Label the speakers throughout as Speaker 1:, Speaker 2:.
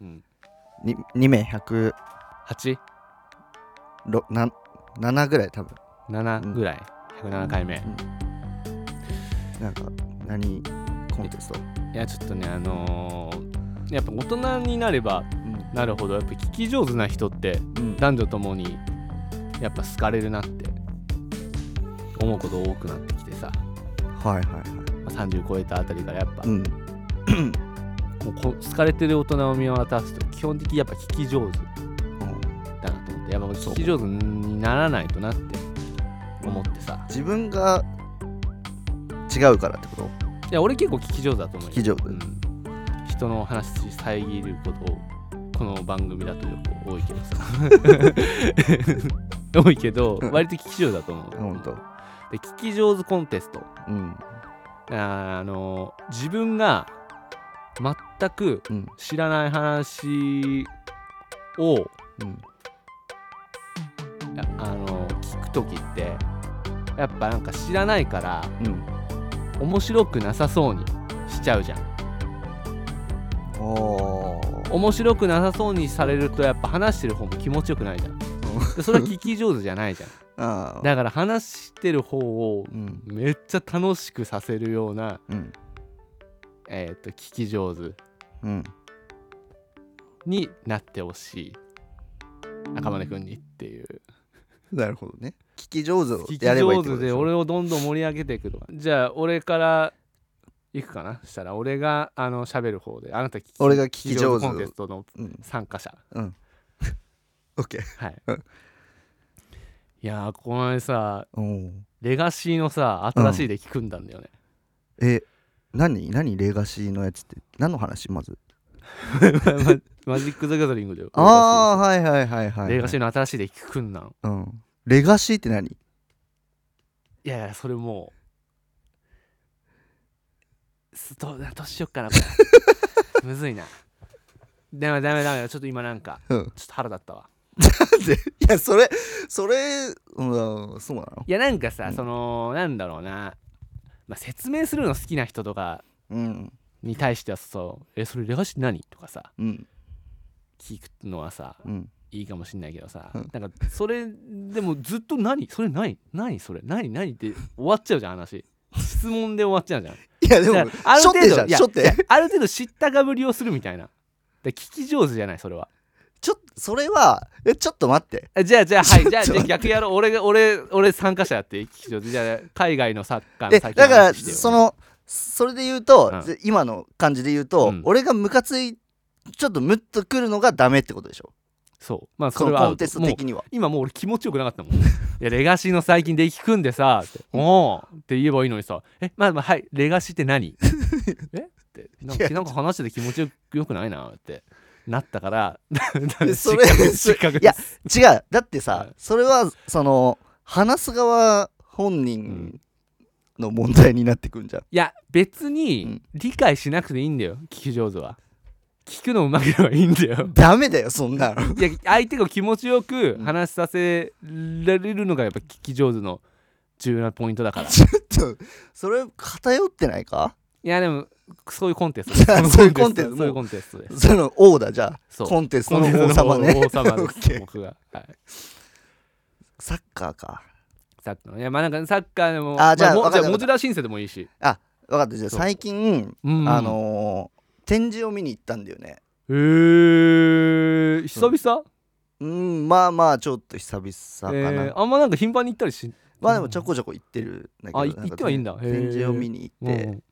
Speaker 1: うん、
Speaker 2: に2名107
Speaker 1: 87
Speaker 2: ぐらい多分うん
Speaker 1: ぐらい、107回目い
Speaker 2: うんなんか何コンテスト、
Speaker 1: やちょっとねあのーやっぱ大人になればなるほどやっぱ聞き上手な人って
Speaker 2: うん
Speaker 1: 男女ともにやっぱ好かれるなって思うこと多くなってきてさ、
Speaker 2: はいはいは
Speaker 1: まあ30超えたあたりからやっぱ、
Speaker 2: いうん
Speaker 1: もうこ好かれてる大人を見渡すと基本的にやっぱ聞き上手だなと思ってやっぱ聞き上手にならないとなって思ってさ
Speaker 2: 自分が違うからってこと
Speaker 1: いや俺結構聞き上手だと思うよ
Speaker 2: 聞き上手
Speaker 1: うん、人の話遮ることをこの番組だとよく多いけどさ 多いけど
Speaker 2: うん
Speaker 1: 割と聞き上手だと思う、
Speaker 2: 本当
Speaker 1: で聞き上手コンテスト
Speaker 2: うん
Speaker 1: あーあの自分が全く
Speaker 2: うん
Speaker 1: 知らない話を
Speaker 2: うん
Speaker 1: ああの聞く時ってやっぱなんか知らないから
Speaker 2: うん
Speaker 1: 面白くなさそうにしちゃうじゃん
Speaker 2: おー
Speaker 1: 面白くなさそうにされるとやっぱ話してる方も気持ちよくないじゃんでそれは聞き上手じゃないじゃん
Speaker 2: あー
Speaker 1: だから話してる方を
Speaker 2: うん
Speaker 1: めっちゃ楽しくさせるような、
Speaker 2: うん
Speaker 1: えー、と聞き上手
Speaker 2: うん
Speaker 1: になってほしい赤羽君にっていう
Speaker 2: なるほどね聞き上手を
Speaker 1: 聞き
Speaker 2: やればいい
Speaker 1: 上
Speaker 2: ってこ
Speaker 1: 手
Speaker 2: とで
Speaker 1: で
Speaker 2: しょ
Speaker 1: 俺をどんどん盛り上げていくのじゃあ俺からいくかなしたら俺があの喋る方であなた聞き
Speaker 2: 俺が聞き上手
Speaker 1: コンテストの
Speaker 2: うん
Speaker 1: 参加者
Speaker 2: うん OK
Speaker 1: はい
Speaker 2: うん
Speaker 1: いやーこの前さ
Speaker 2: おー
Speaker 1: レガシーのさ新しいで聞くんだんだよね、
Speaker 2: え何何レガシーのやつって何の話まず
Speaker 1: ママジック・ザ・ギャザリングで
Speaker 2: ああはいはいはいはい
Speaker 1: レガシ
Speaker 2: ー
Speaker 1: ーの新しいで聞くんなん
Speaker 2: うんレガシーって何
Speaker 1: いやいやそれもうすどうどうしよっかなこれ むずいなダメダメダメちょっと今なんか
Speaker 2: う
Speaker 1: ち
Speaker 2: ん
Speaker 1: ょっと腹立ったわ
Speaker 2: いやそれそれうんそうなの
Speaker 1: いやなんかさ、
Speaker 2: うん
Speaker 1: そのなんだろうな、まあ、説明するの好きな人とか
Speaker 2: うん
Speaker 1: に対してはそう「えそれレガシー何?」とかさ
Speaker 2: うん
Speaker 1: 聞くのはさ
Speaker 2: うん
Speaker 1: いいかもしんないけどさ、
Speaker 2: うん
Speaker 1: なんかそれでもずっと何「それ何何それ何何?」って終わっちゃうじゃん 話質問で終わっちゃうじゃん
Speaker 2: いやで
Speaker 1: だ
Speaker 2: も
Speaker 1: からある
Speaker 2: 初
Speaker 1: 程
Speaker 2: 手
Speaker 1: 度
Speaker 2: じゃん
Speaker 1: いや
Speaker 2: 初手
Speaker 1: ある程度知ったかぶりをするみたいなで聞き上手じゃないそれは
Speaker 2: ちょっとそれはえちょっと待って
Speaker 1: あじゃあじゃあはいじゃあ
Speaker 2: ちょっ
Speaker 1: じゃ
Speaker 2: と
Speaker 1: あ
Speaker 2: 待
Speaker 1: 逆やろう俺が俺俺参加者やって聞き上手じゃあ海外のサッカー
Speaker 2: え
Speaker 1: の先
Speaker 2: だ
Speaker 1: の
Speaker 2: から
Speaker 1: 話してよ
Speaker 2: そのそれで言うと、
Speaker 1: うん
Speaker 2: ぜ今の感じで言うと、
Speaker 1: うん
Speaker 2: 俺がムカついちょっとムッとくるのがダメってことでしょ
Speaker 1: そうまあそ
Speaker 2: そ
Speaker 1: れ
Speaker 2: の
Speaker 1: は
Speaker 2: コ
Speaker 1: アウ
Speaker 2: ン
Speaker 1: ト
Speaker 2: テスト
Speaker 1: もう
Speaker 2: 的には
Speaker 1: 今もう俺気持ちよくなかったもん。 いや、レガシーの最近で聞くんでさ、って、おーって言えばいいのにさ、え、まあまあ、はい、レガシーって何 えってなんか、なんか話してて気持ちよくよくないなってなった から、
Speaker 2: でそれそ
Speaker 1: 失
Speaker 2: れ
Speaker 1: 格
Speaker 2: いや違うだってさ、
Speaker 1: はい
Speaker 2: それはその話す側本人の問題になってくんじゃん、
Speaker 1: いや、別
Speaker 2: う
Speaker 1: に
Speaker 2: ん
Speaker 1: 理解しなくていいんだよ、聞き上手は。聞くのうまければいいんだよ。
Speaker 2: ダメだよそんなの
Speaker 1: いや、相手が気持ちよく話しさせられるのがやっぱ聞き上手の重要なポイントだから。
Speaker 2: ちょっとそれ偏ってないか
Speaker 1: いや、でも、そういうコンテ スト。
Speaker 2: そういうコンテスト
Speaker 1: そういうコンテストです。
Speaker 2: その王だじゃあ
Speaker 1: そう
Speaker 2: コンテストの王様ね
Speaker 1: コン テストの王王様
Speaker 2: オ
Speaker 1: で
Speaker 2: ッ
Speaker 1: す
Speaker 2: ケー
Speaker 1: 僕が、はい、
Speaker 2: サッカーか
Speaker 1: サッカーのいやまあなんかサッカーでも
Speaker 2: あじゃあ
Speaker 1: まも
Speaker 2: わ
Speaker 1: じ
Speaker 2: か
Speaker 1: ゃ
Speaker 2: っ
Speaker 1: あ
Speaker 2: た
Speaker 1: 持田新生でもいいし、
Speaker 2: あ分かったじゃあ
Speaker 1: そう
Speaker 2: 最近、
Speaker 1: うん
Speaker 2: あのー展示を見に行ったんだよね
Speaker 1: へえ久々、
Speaker 2: うんまあまあちょっと久々かな、
Speaker 1: えーあんまなんか頻繁に行ったりし
Speaker 2: まあでもちょこちょこ行ってるんだけど
Speaker 1: あい
Speaker 2: なか
Speaker 1: 行ってはいいんだへー
Speaker 2: 展示を見に行って、
Speaker 1: うん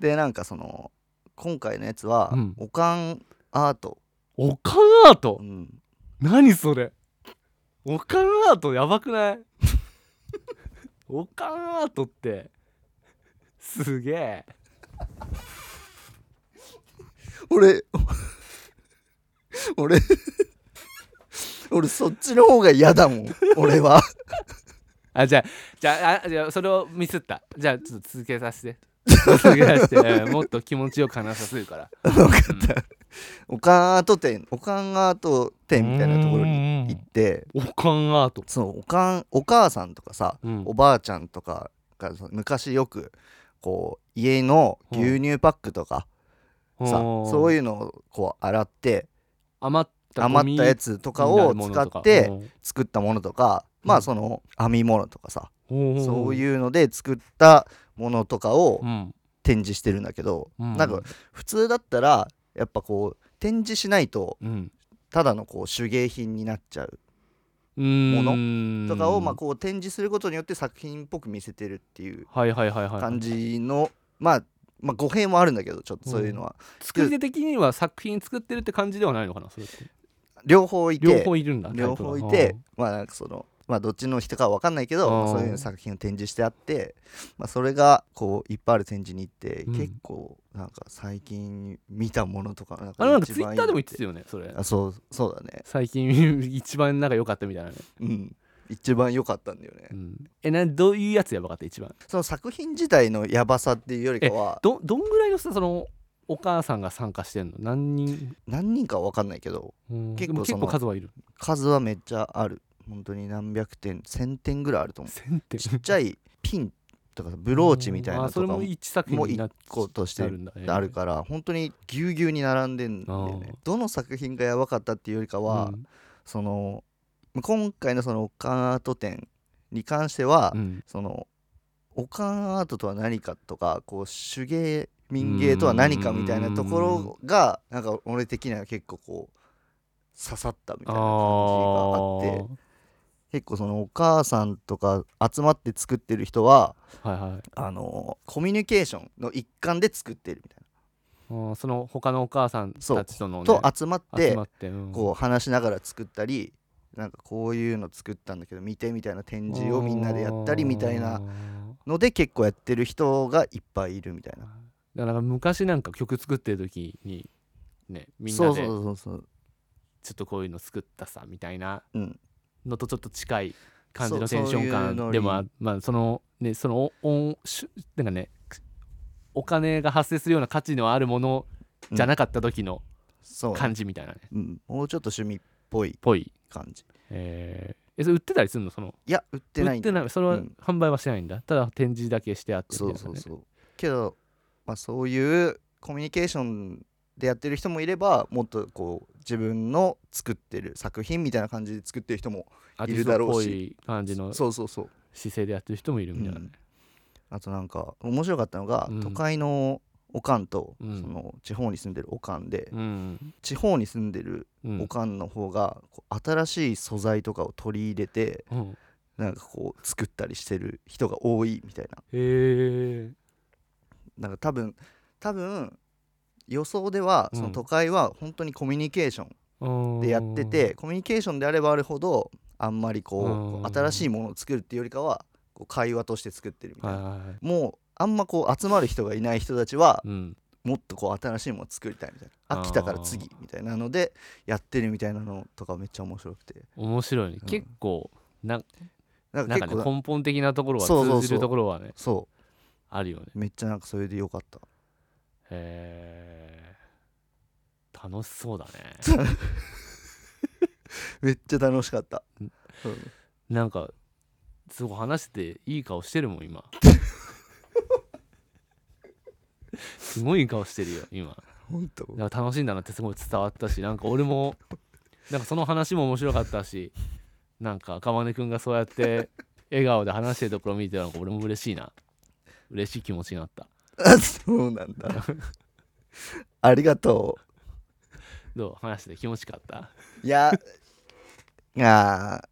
Speaker 2: でなんかその今回のやつは、
Speaker 1: うん
Speaker 2: おかんアート、
Speaker 1: オカンアート
Speaker 2: うん
Speaker 1: 何それオカンアートやばくない オカンアートってすげえ
Speaker 2: 俺俺俺そっちの方が嫌だもん俺は
Speaker 1: あじゃあじゃああじゃあそれをミスったじゃあちょっと続けさせて続けさ せてうんもっと気持ちよく話させるから
Speaker 2: おかんアート展おかんアート展みたいなところに行って
Speaker 1: うんおかんアート、
Speaker 2: そのおかんお母さんとかさ、
Speaker 1: うん
Speaker 2: おばあちゃんとかがその昔よくこう家の牛乳パックとか、さ
Speaker 1: おー
Speaker 2: そういうのをこう洗って
Speaker 1: 余ったゴ
Speaker 2: 余
Speaker 1: ミ
Speaker 2: ったやつとかを使って作ったものとか
Speaker 1: うん
Speaker 2: まあその編み物とかさそ
Speaker 1: そううう、
Speaker 2: いうので作ったものとかを
Speaker 1: うん
Speaker 2: 展示してるんだけど
Speaker 1: うん
Speaker 2: なんか普通だったらやっぱこう展示しないと
Speaker 1: うん、
Speaker 2: ただのこう手芸品になっちゃう
Speaker 1: も
Speaker 2: とかをまあこう展示することによって作品っぽく見せてるっていう
Speaker 1: はいはいはいはい
Speaker 2: 感じのまあまあ語弊もあるんだけどちょっとそういうのは
Speaker 1: 作り手的には作品作ってるって感じではないのかなそれって
Speaker 2: 両方い
Speaker 1: 両
Speaker 2: て
Speaker 1: 方いるんだ
Speaker 2: 両方いてまあなんかそのまあどっちの人かは分かんないけどまあ
Speaker 1: うん
Speaker 2: そういう作品を展示してあってまあそれがこういっぱいある展示に行って
Speaker 1: うん
Speaker 2: 結構なんか最近見たものとかな
Speaker 1: タ
Speaker 2: ん
Speaker 1: イプがうんあれなん
Speaker 2: か
Speaker 1: か
Speaker 2: 一
Speaker 1: ツイ
Speaker 2: 番
Speaker 1: ッ
Speaker 2: いい
Speaker 1: ターでも言
Speaker 2: の
Speaker 1: ってたよねそれ
Speaker 2: あそうそうだね
Speaker 1: 最近 一番なんか良かったみたいなね、
Speaker 2: うん一番良かったんだよね
Speaker 1: うん、えなどういうやつやばかった一番
Speaker 2: その作品自体のやばさっていうよりかは
Speaker 1: どどんぐらいのさそのお母さんが参加してんの何人、
Speaker 2: 何人かは分かんないけど
Speaker 1: うん
Speaker 2: 結構
Speaker 1: でも
Speaker 2: そ
Speaker 1: 結
Speaker 2: の
Speaker 1: 構数はいる
Speaker 2: 数はめっちゃある本当に何百点千点ぐらいあると思う
Speaker 1: 1000点
Speaker 2: ちっちゃいピンとかさブローチみたい
Speaker 1: うん
Speaker 2: な
Speaker 1: あそ
Speaker 2: と
Speaker 1: れ
Speaker 2: かも
Speaker 1: も一作品
Speaker 2: もう
Speaker 1: になっ
Speaker 2: 一個として
Speaker 1: なるんだね
Speaker 2: あるから本当にぎゅうぎゅうに並んでんだよね
Speaker 1: あー
Speaker 2: どの作品がやばかったっていうよりかは、
Speaker 1: うん
Speaker 2: その今回のそのオカンアート展に関しては、
Speaker 1: うん
Speaker 2: そのオカンアートとは何かとかこう手芸民芸とは何かみたいなところがなんか俺的には結構こう刺さったみたいな感じがあって結構そのお母さんとか集まって作ってる人は
Speaker 1: あーはいはい
Speaker 2: あのコミュニケーションの一環で作ってるみたいな。
Speaker 1: うんその他のお母さんたちとのね
Speaker 2: と集まって
Speaker 1: 集まって、うん
Speaker 2: こう話しながら作ったりなんかこういうの作ったんだけど見てみたいな展示をみんなでやったりみたい
Speaker 1: あ
Speaker 2: な
Speaker 1: ー
Speaker 2: ので結構やってる人がいっぱいいるみたい
Speaker 1: だ
Speaker 2: な。
Speaker 1: からなんか昔なんか曲作ってる時にねみん
Speaker 2: そ
Speaker 1: な
Speaker 2: うそ
Speaker 1: でちょ
Speaker 2: うそうそう
Speaker 1: っとこういうの作ったさみたいな
Speaker 2: うん
Speaker 1: のとちょっと近い感じ
Speaker 2: そ
Speaker 1: の
Speaker 2: う
Speaker 1: テンション
Speaker 2: そういうノ
Speaker 1: 感
Speaker 2: リ
Speaker 1: でもあまあそのねそのおおしなんかねお金が発生するような価値のあるものじゃなかった時の
Speaker 2: そう、
Speaker 1: 感じみたいなね、
Speaker 2: うん、もうちょっと趣味っぽい
Speaker 1: ぽい、
Speaker 2: 感じ
Speaker 1: えーえそれ売ってたりするのその
Speaker 2: いや売ってな
Speaker 1: 売
Speaker 2: い
Speaker 1: っ
Speaker 2: んだ
Speaker 1: てないそれは
Speaker 2: うん
Speaker 1: 販売はしてないんだ、ただ展示だけしてあってみたい
Speaker 2: そ
Speaker 1: な、
Speaker 2: う
Speaker 1: ね、
Speaker 2: そうそうけど、まあ、そういうコミュニケーションでやってる人もいればもっとこう自分の作ってる作品みたいな感じで作ってる人も
Speaker 1: アーテ
Speaker 2: い
Speaker 1: ィス
Speaker 2: る
Speaker 1: ト
Speaker 2: だ
Speaker 1: っ
Speaker 2: ろ
Speaker 1: ぽ
Speaker 2: うし
Speaker 1: い感じの
Speaker 2: そうそうそう
Speaker 1: 姿勢でやってる人もいるみたいなね、
Speaker 2: あとなんか面白かったのが、
Speaker 1: うん
Speaker 2: 都会のおかんと、
Speaker 1: うん
Speaker 2: その地方に住んでるおかんで、
Speaker 1: うん
Speaker 2: 地方に住んでる
Speaker 1: うん
Speaker 2: おかんの方が、こう新しい素材とかを取り入れて
Speaker 1: うん
Speaker 2: なんかこう作ったりしてる人が多いみたいな
Speaker 1: へえ
Speaker 2: なんか多分多分予想では
Speaker 1: うん
Speaker 2: その都会は本当にコミュニケーションでやってて、コミュニケーションであればあるほどあんまりこう
Speaker 1: うん
Speaker 2: こう新しいものを作るっていうよりかはこう会話として作ってるみたい
Speaker 1: はい
Speaker 2: な、
Speaker 1: はいはい
Speaker 2: もうあんまこう集まる人がいない人たちは
Speaker 1: うん
Speaker 2: もっとこう新しいものを作りたいみたいな
Speaker 1: あー
Speaker 2: 飽きたから次みたいなのでやってるみたいなのとかめっちゃ面白くて
Speaker 1: 面白いね、
Speaker 2: うん
Speaker 1: 結構な
Speaker 2: なん
Speaker 1: な
Speaker 2: か
Speaker 1: んか
Speaker 2: 結
Speaker 1: ね
Speaker 2: 構
Speaker 1: 根本的なところは
Speaker 2: そうそうそう
Speaker 1: 通じるところはね
Speaker 2: そ
Speaker 1: あるよね
Speaker 2: うめっちゃなんかそれでよかった
Speaker 1: へー楽しそうだね
Speaker 2: めっちゃ楽しかった
Speaker 1: うん
Speaker 2: うん
Speaker 1: なんかすごい話してていい顔してるもん今すごいいい顔してるよ今
Speaker 2: ほんと
Speaker 1: だから楽しいんだなってすごい伝わったしなんか俺もなんかその話も面白かったしなんか赤羽くんがそうやって笑顔で話してるところ見てなんか俺も嬉しいな嬉しい気持ちになった
Speaker 2: あそうなんだありがと
Speaker 1: どう話してて気持ちよかった
Speaker 2: ういやいや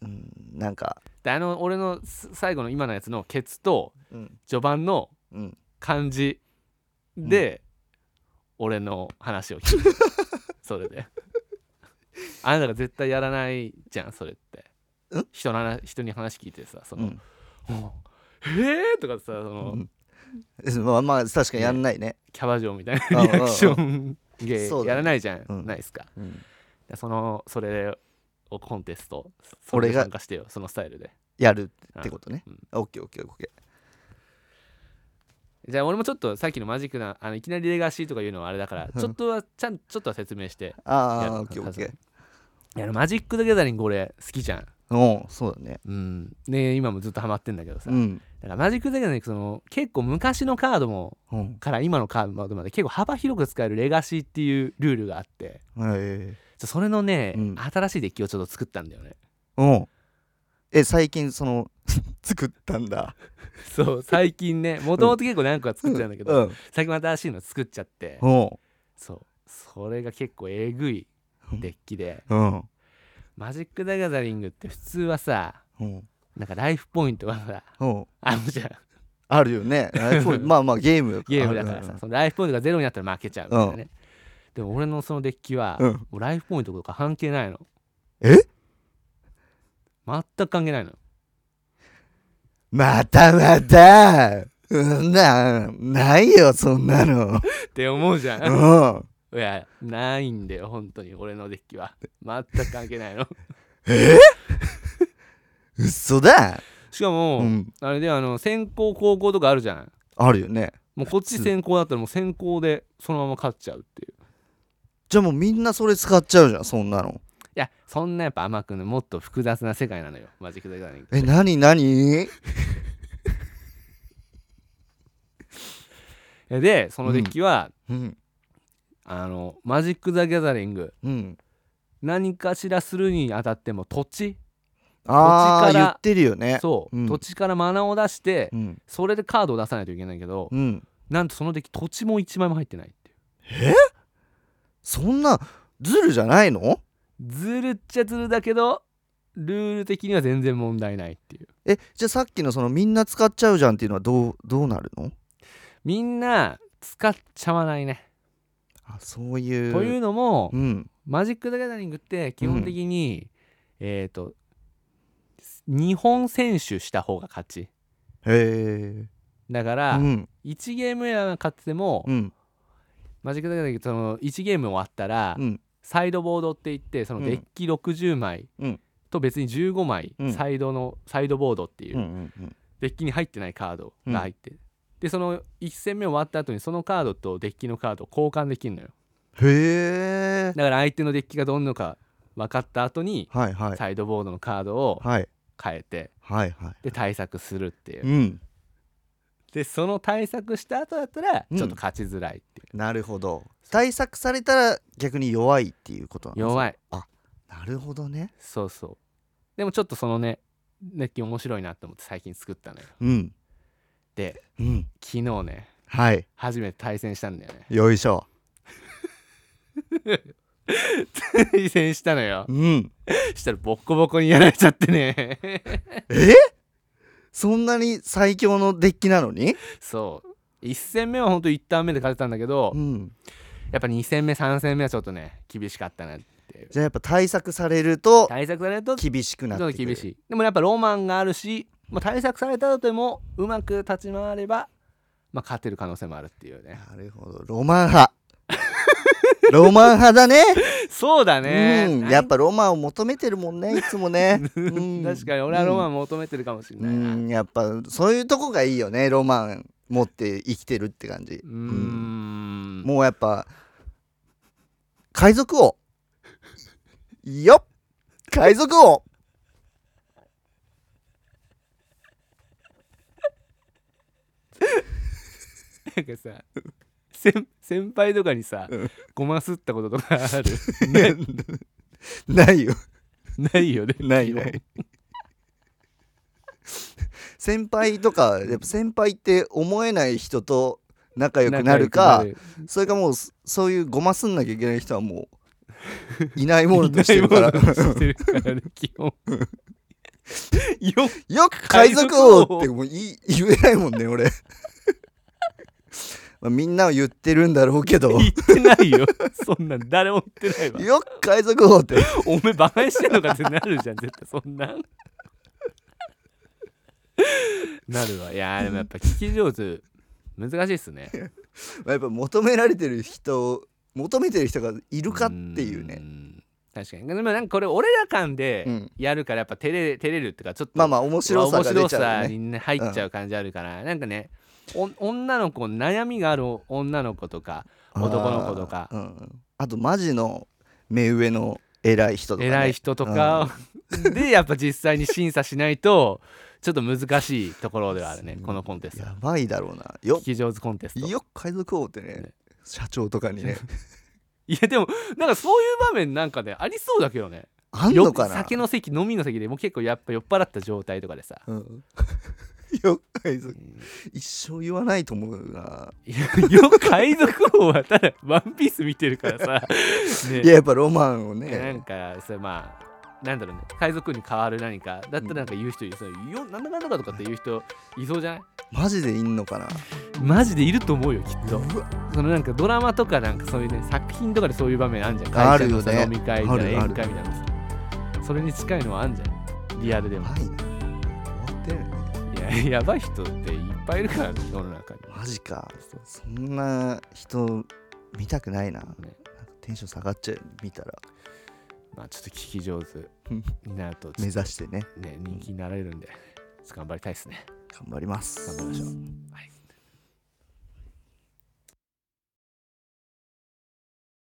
Speaker 2: ーうんなんか
Speaker 1: であの俺のす最後の今のやつのケツと
Speaker 2: うん
Speaker 1: 序盤の
Speaker 2: うん
Speaker 1: 感じで、俺の話を聞くそれで あなたが絶対やらないじゃんそれって
Speaker 2: ん
Speaker 1: 人の話人に話聞いてさその、
Speaker 2: うん
Speaker 1: もう へえ!」とかさその、
Speaker 2: うんですまあまあ確かにやんないね
Speaker 1: キャバ嬢みたい
Speaker 2: うん
Speaker 1: な
Speaker 2: うん
Speaker 1: リアクション芸
Speaker 2: そうだね
Speaker 1: やらないじゃん、
Speaker 2: うん
Speaker 1: ないですか
Speaker 2: うん
Speaker 1: でそのそれをコンテストそれ
Speaker 2: 俺
Speaker 1: で
Speaker 2: が
Speaker 1: 参加してよそのスタイルで
Speaker 2: やるってことね
Speaker 1: うん。
Speaker 2: オッケーオッケーオッケ
Speaker 1: じゃあ俺もちょっとさっきのマジックなあのいきなりレガシーとか言うのはあれだから
Speaker 2: うん
Speaker 1: ちょっとはちゃんちょっとは説明して
Speaker 2: ー。
Speaker 1: や
Speaker 2: ああ、
Speaker 1: る
Speaker 2: オッケーオッケ
Speaker 1: いやマジック・ザ・ギャザリング俺好きじゃん
Speaker 2: ー。うんそうだね
Speaker 1: うんね今もずっとハマってんだけどさ、
Speaker 2: うん
Speaker 1: だからマジック・ザ・ギャザリングその結構昔のカードも
Speaker 2: うん
Speaker 1: から今のカードまで結構幅広く使えるレガシーっていうルールがあって
Speaker 2: え
Speaker 1: ちょそれのね、
Speaker 2: うん
Speaker 1: 新しいデッキをちょっと作ったんだよね
Speaker 2: えうんえ最近その 作ったんだ
Speaker 1: そう最近ねもともと結構何個か作ってたんだけど、
Speaker 2: うん
Speaker 1: 最近新しいの作っちゃって、
Speaker 2: うん
Speaker 1: そうそれが結構えぐいデッキで、
Speaker 2: うん
Speaker 1: マジック・ザ・ギャザリングって普通はさ
Speaker 2: うん
Speaker 1: なんかライフポイントがさ
Speaker 2: うん
Speaker 1: あるじゃん
Speaker 2: あるよ ねライフポイントまあまあゲームだから
Speaker 1: ゲームだからさ、そのライフポイントがゼロになったら負けちゃうみたいなね、でも俺のそのデッキは、
Speaker 2: うん
Speaker 1: もうライフポイントとか関係ないの
Speaker 2: え
Speaker 1: 全く関係ないの
Speaker 2: またまたうんなないよそんなの
Speaker 1: って思うじゃ
Speaker 2: うんん
Speaker 1: いやないんだよ本当に俺のデッキは全く関係 ないの
Speaker 2: え嘘だ
Speaker 1: しかも、
Speaker 2: うん
Speaker 1: あれであの先行後攻とかあるじゃん
Speaker 2: あるよね
Speaker 1: もうこっち先行だったらもう先行でそのまま勝っちゃうっていう
Speaker 2: じゃあもうみんなそれ使っちゃうじゃんそんなの
Speaker 1: いやそんなやっぱ甘くのもっと複雑な世界なのよマジック・ザ・ギャザリング
Speaker 2: え何何
Speaker 1: えでそのデッキは、
Speaker 2: うん
Speaker 1: あのマジック・ザ・ギャザリング
Speaker 2: うん
Speaker 1: 何かしらするにあたっても土地土
Speaker 2: ああ
Speaker 1: 地から
Speaker 2: 言ってるよね
Speaker 1: そう、
Speaker 2: うん
Speaker 1: 土地からマナを出して
Speaker 2: うん
Speaker 1: それでカードを出さないといけないけど、
Speaker 2: うん
Speaker 1: なんとそのデッキ土地も1枚も入ってないっていう
Speaker 2: そんなズルじゃないの
Speaker 1: ずるっちゃずるだけどルール的には全然問題ないっていう
Speaker 2: えじゃあさっきのそのみんな使っちゃうじゃんっていうのはどうどうなるの
Speaker 1: みんな使っちゃわないね、
Speaker 2: あそういう
Speaker 1: というのも、
Speaker 2: うん
Speaker 1: マジック・ザ・ギャザリングって基本的に、えっ、と日本選手した方が勝ち
Speaker 2: へ
Speaker 1: だか
Speaker 2: え
Speaker 1: ら、
Speaker 2: うん
Speaker 1: 1ゲームや勝ってても、
Speaker 2: うん
Speaker 1: マジック・ザ・ギャザリングその1ゲーム終わったら、
Speaker 2: うん
Speaker 1: サイドボードって言ってそのデッキ60枚
Speaker 2: うん
Speaker 1: と別に15枚、
Speaker 2: うん
Speaker 1: サイドのサイドボードっていう、
Speaker 2: うんうんうん
Speaker 1: デッキに入ってないカードが入ってる、でその1戦目終わった後にそのカードとデッキのカードを交換できるのよ
Speaker 2: へえ
Speaker 1: だから相手のデッキがどんなのか分かった後に、
Speaker 2: はいはい
Speaker 1: サイドボードのカードを
Speaker 2: はい
Speaker 1: 変えて
Speaker 2: はいは
Speaker 1: で対策するってい
Speaker 2: いう
Speaker 1: う、
Speaker 2: ん
Speaker 1: でその対策した後だったら
Speaker 2: うん
Speaker 1: ちょっと勝ちづらいっていう、
Speaker 2: なるほど対策されたら逆に弱いっていうことなんです
Speaker 1: 弱
Speaker 2: い
Speaker 1: い
Speaker 2: なるほどね
Speaker 1: そうそうでもちょっとそのねデッキ面白いなと思って最近作ったのよ
Speaker 2: うん
Speaker 1: で
Speaker 2: うん
Speaker 1: 昨日ね
Speaker 2: はい
Speaker 1: 初めて対戦したんだよ ね
Speaker 2: よいしょ
Speaker 1: 対戦したのよ
Speaker 2: うん
Speaker 1: したらボッコボコにやられちゃってね
Speaker 2: そんなに最強のデッキなのに
Speaker 1: そう1戦目はほんと1ターン目で勝てたんだけど、
Speaker 2: うん
Speaker 1: やっぱ2戦目3戦目はちょっとね厳しかったなっていう
Speaker 2: じゃあやっぱ対策されると
Speaker 1: 対策されると
Speaker 2: 厳しくな
Speaker 1: ちょ
Speaker 2: っ
Speaker 1: ってと
Speaker 2: くる
Speaker 1: 厳しいでもやっぱロマンがあるし、まあ、対策されたとでもうまく立ち回れば、まあ、勝てる可能性もあるっていうね
Speaker 2: なるほどロマン派ロマン派 だね
Speaker 1: そうだね、
Speaker 2: うん、やっぱロマンを求めてるもんねいつもね、う ん
Speaker 1: 確かに俺はロマン求めてるかもしれ
Speaker 2: う
Speaker 1: ないなうん
Speaker 2: んやっぱそういうとこがいいよねロマン持って生きてるって感じ
Speaker 1: ん
Speaker 2: もうやっぱ海賊王よっ海 賊王
Speaker 1: なんかさ先先輩とかにさ
Speaker 2: うん
Speaker 1: ごますったこととかある
Speaker 2: ないよ
Speaker 1: ないよね
Speaker 2: ないない先輩とかやっぱ先輩って思えない人と仲良くなるか
Speaker 1: 仲良く
Speaker 2: それかもうそそういうごますんなきゃいけない人はもういないものとしてる か
Speaker 1: い
Speaker 2: ら
Speaker 1: ないものとしてるからね基本 よっ
Speaker 2: よく海賊王ってもう言い言えないもんね俺 まあみんなは言ってるんだろうけど
Speaker 1: 言ってないよそんなん誰も言ってないわ
Speaker 2: よく海賊王って
Speaker 1: おめえバカにしてんのかってなるじゃん絶対そんなんなるわいやーでもやっぱ聞き上手難しいっすね
Speaker 2: まあやっぱ求められてる人求めてる人がいるかっていうね
Speaker 1: ん確かにでもなんかこれ俺ら間
Speaker 2: う
Speaker 1: で
Speaker 2: ん
Speaker 1: やるからやっぱ照れ照れるっていうかちょっと
Speaker 2: まあまあ面白さが出
Speaker 1: 面白
Speaker 2: ちゃう
Speaker 1: さ
Speaker 2: よね
Speaker 1: にね入っちゃう感じあるから、なんかねお女の子悩みがある女の子とか男の子とか
Speaker 2: あーうんあとマジの目上の偉い人とか、ね、
Speaker 1: 偉い人とか、でやっぱ実際に審査しないとちょっと難しいところではある ねこのコンテスト
Speaker 2: やばいだろうなよ
Speaker 1: 聞き上手コンテスト
Speaker 2: よく海賊王ってね
Speaker 1: ね
Speaker 2: 社長とかに ね
Speaker 1: いやでもなんかそういう場面なんかねありそうだけどね
Speaker 2: あんのか
Speaker 1: よ
Speaker 2: な
Speaker 1: 酒の席飲みの席でもう結構やっぱ酔っ払った状態とかでさ
Speaker 2: うん、 よく海賊一生言わないと思うな、
Speaker 1: いやよく海賊王はただ「ワンピース見てるから さ、ね
Speaker 2: いややっぱロマンを
Speaker 1: なん
Speaker 2: ね
Speaker 1: かそれまあなんだろうね海賊に変わる何かだったらなんか言う人いる、そうよなんだかんだかとかって言う人いそうじゃない
Speaker 2: マジでいんのかな
Speaker 1: マジでいると思うよきっと
Speaker 2: うわ
Speaker 1: そのなんかドラマとかなんかそういうね作品とかでそういう場面あんじゃん
Speaker 2: あ
Speaker 1: 会社
Speaker 2: るよ
Speaker 1: の
Speaker 2: ね
Speaker 1: さ飲み会みたいな
Speaker 2: あるあ
Speaker 1: 宴
Speaker 2: る
Speaker 1: 会みたいなさそれに近いのはあんじゃんリアルで
Speaker 2: や
Speaker 1: も
Speaker 2: ばいな終わってるね
Speaker 1: いやや ばい人っていっぱいいるからね世の中に
Speaker 2: マジか
Speaker 1: そう
Speaker 2: そんな人見たくないななんか
Speaker 1: ね
Speaker 2: テンション下がっちゃう見たら
Speaker 1: まあちょっと聞き上手になると
Speaker 2: 目
Speaker 1: ね
Speaker 2: 指してね
Speaker 1: 人気になられるんで頑張りたいですね
Speaker 2: 頑張ります
Speaker 1: 頑張りましょうはい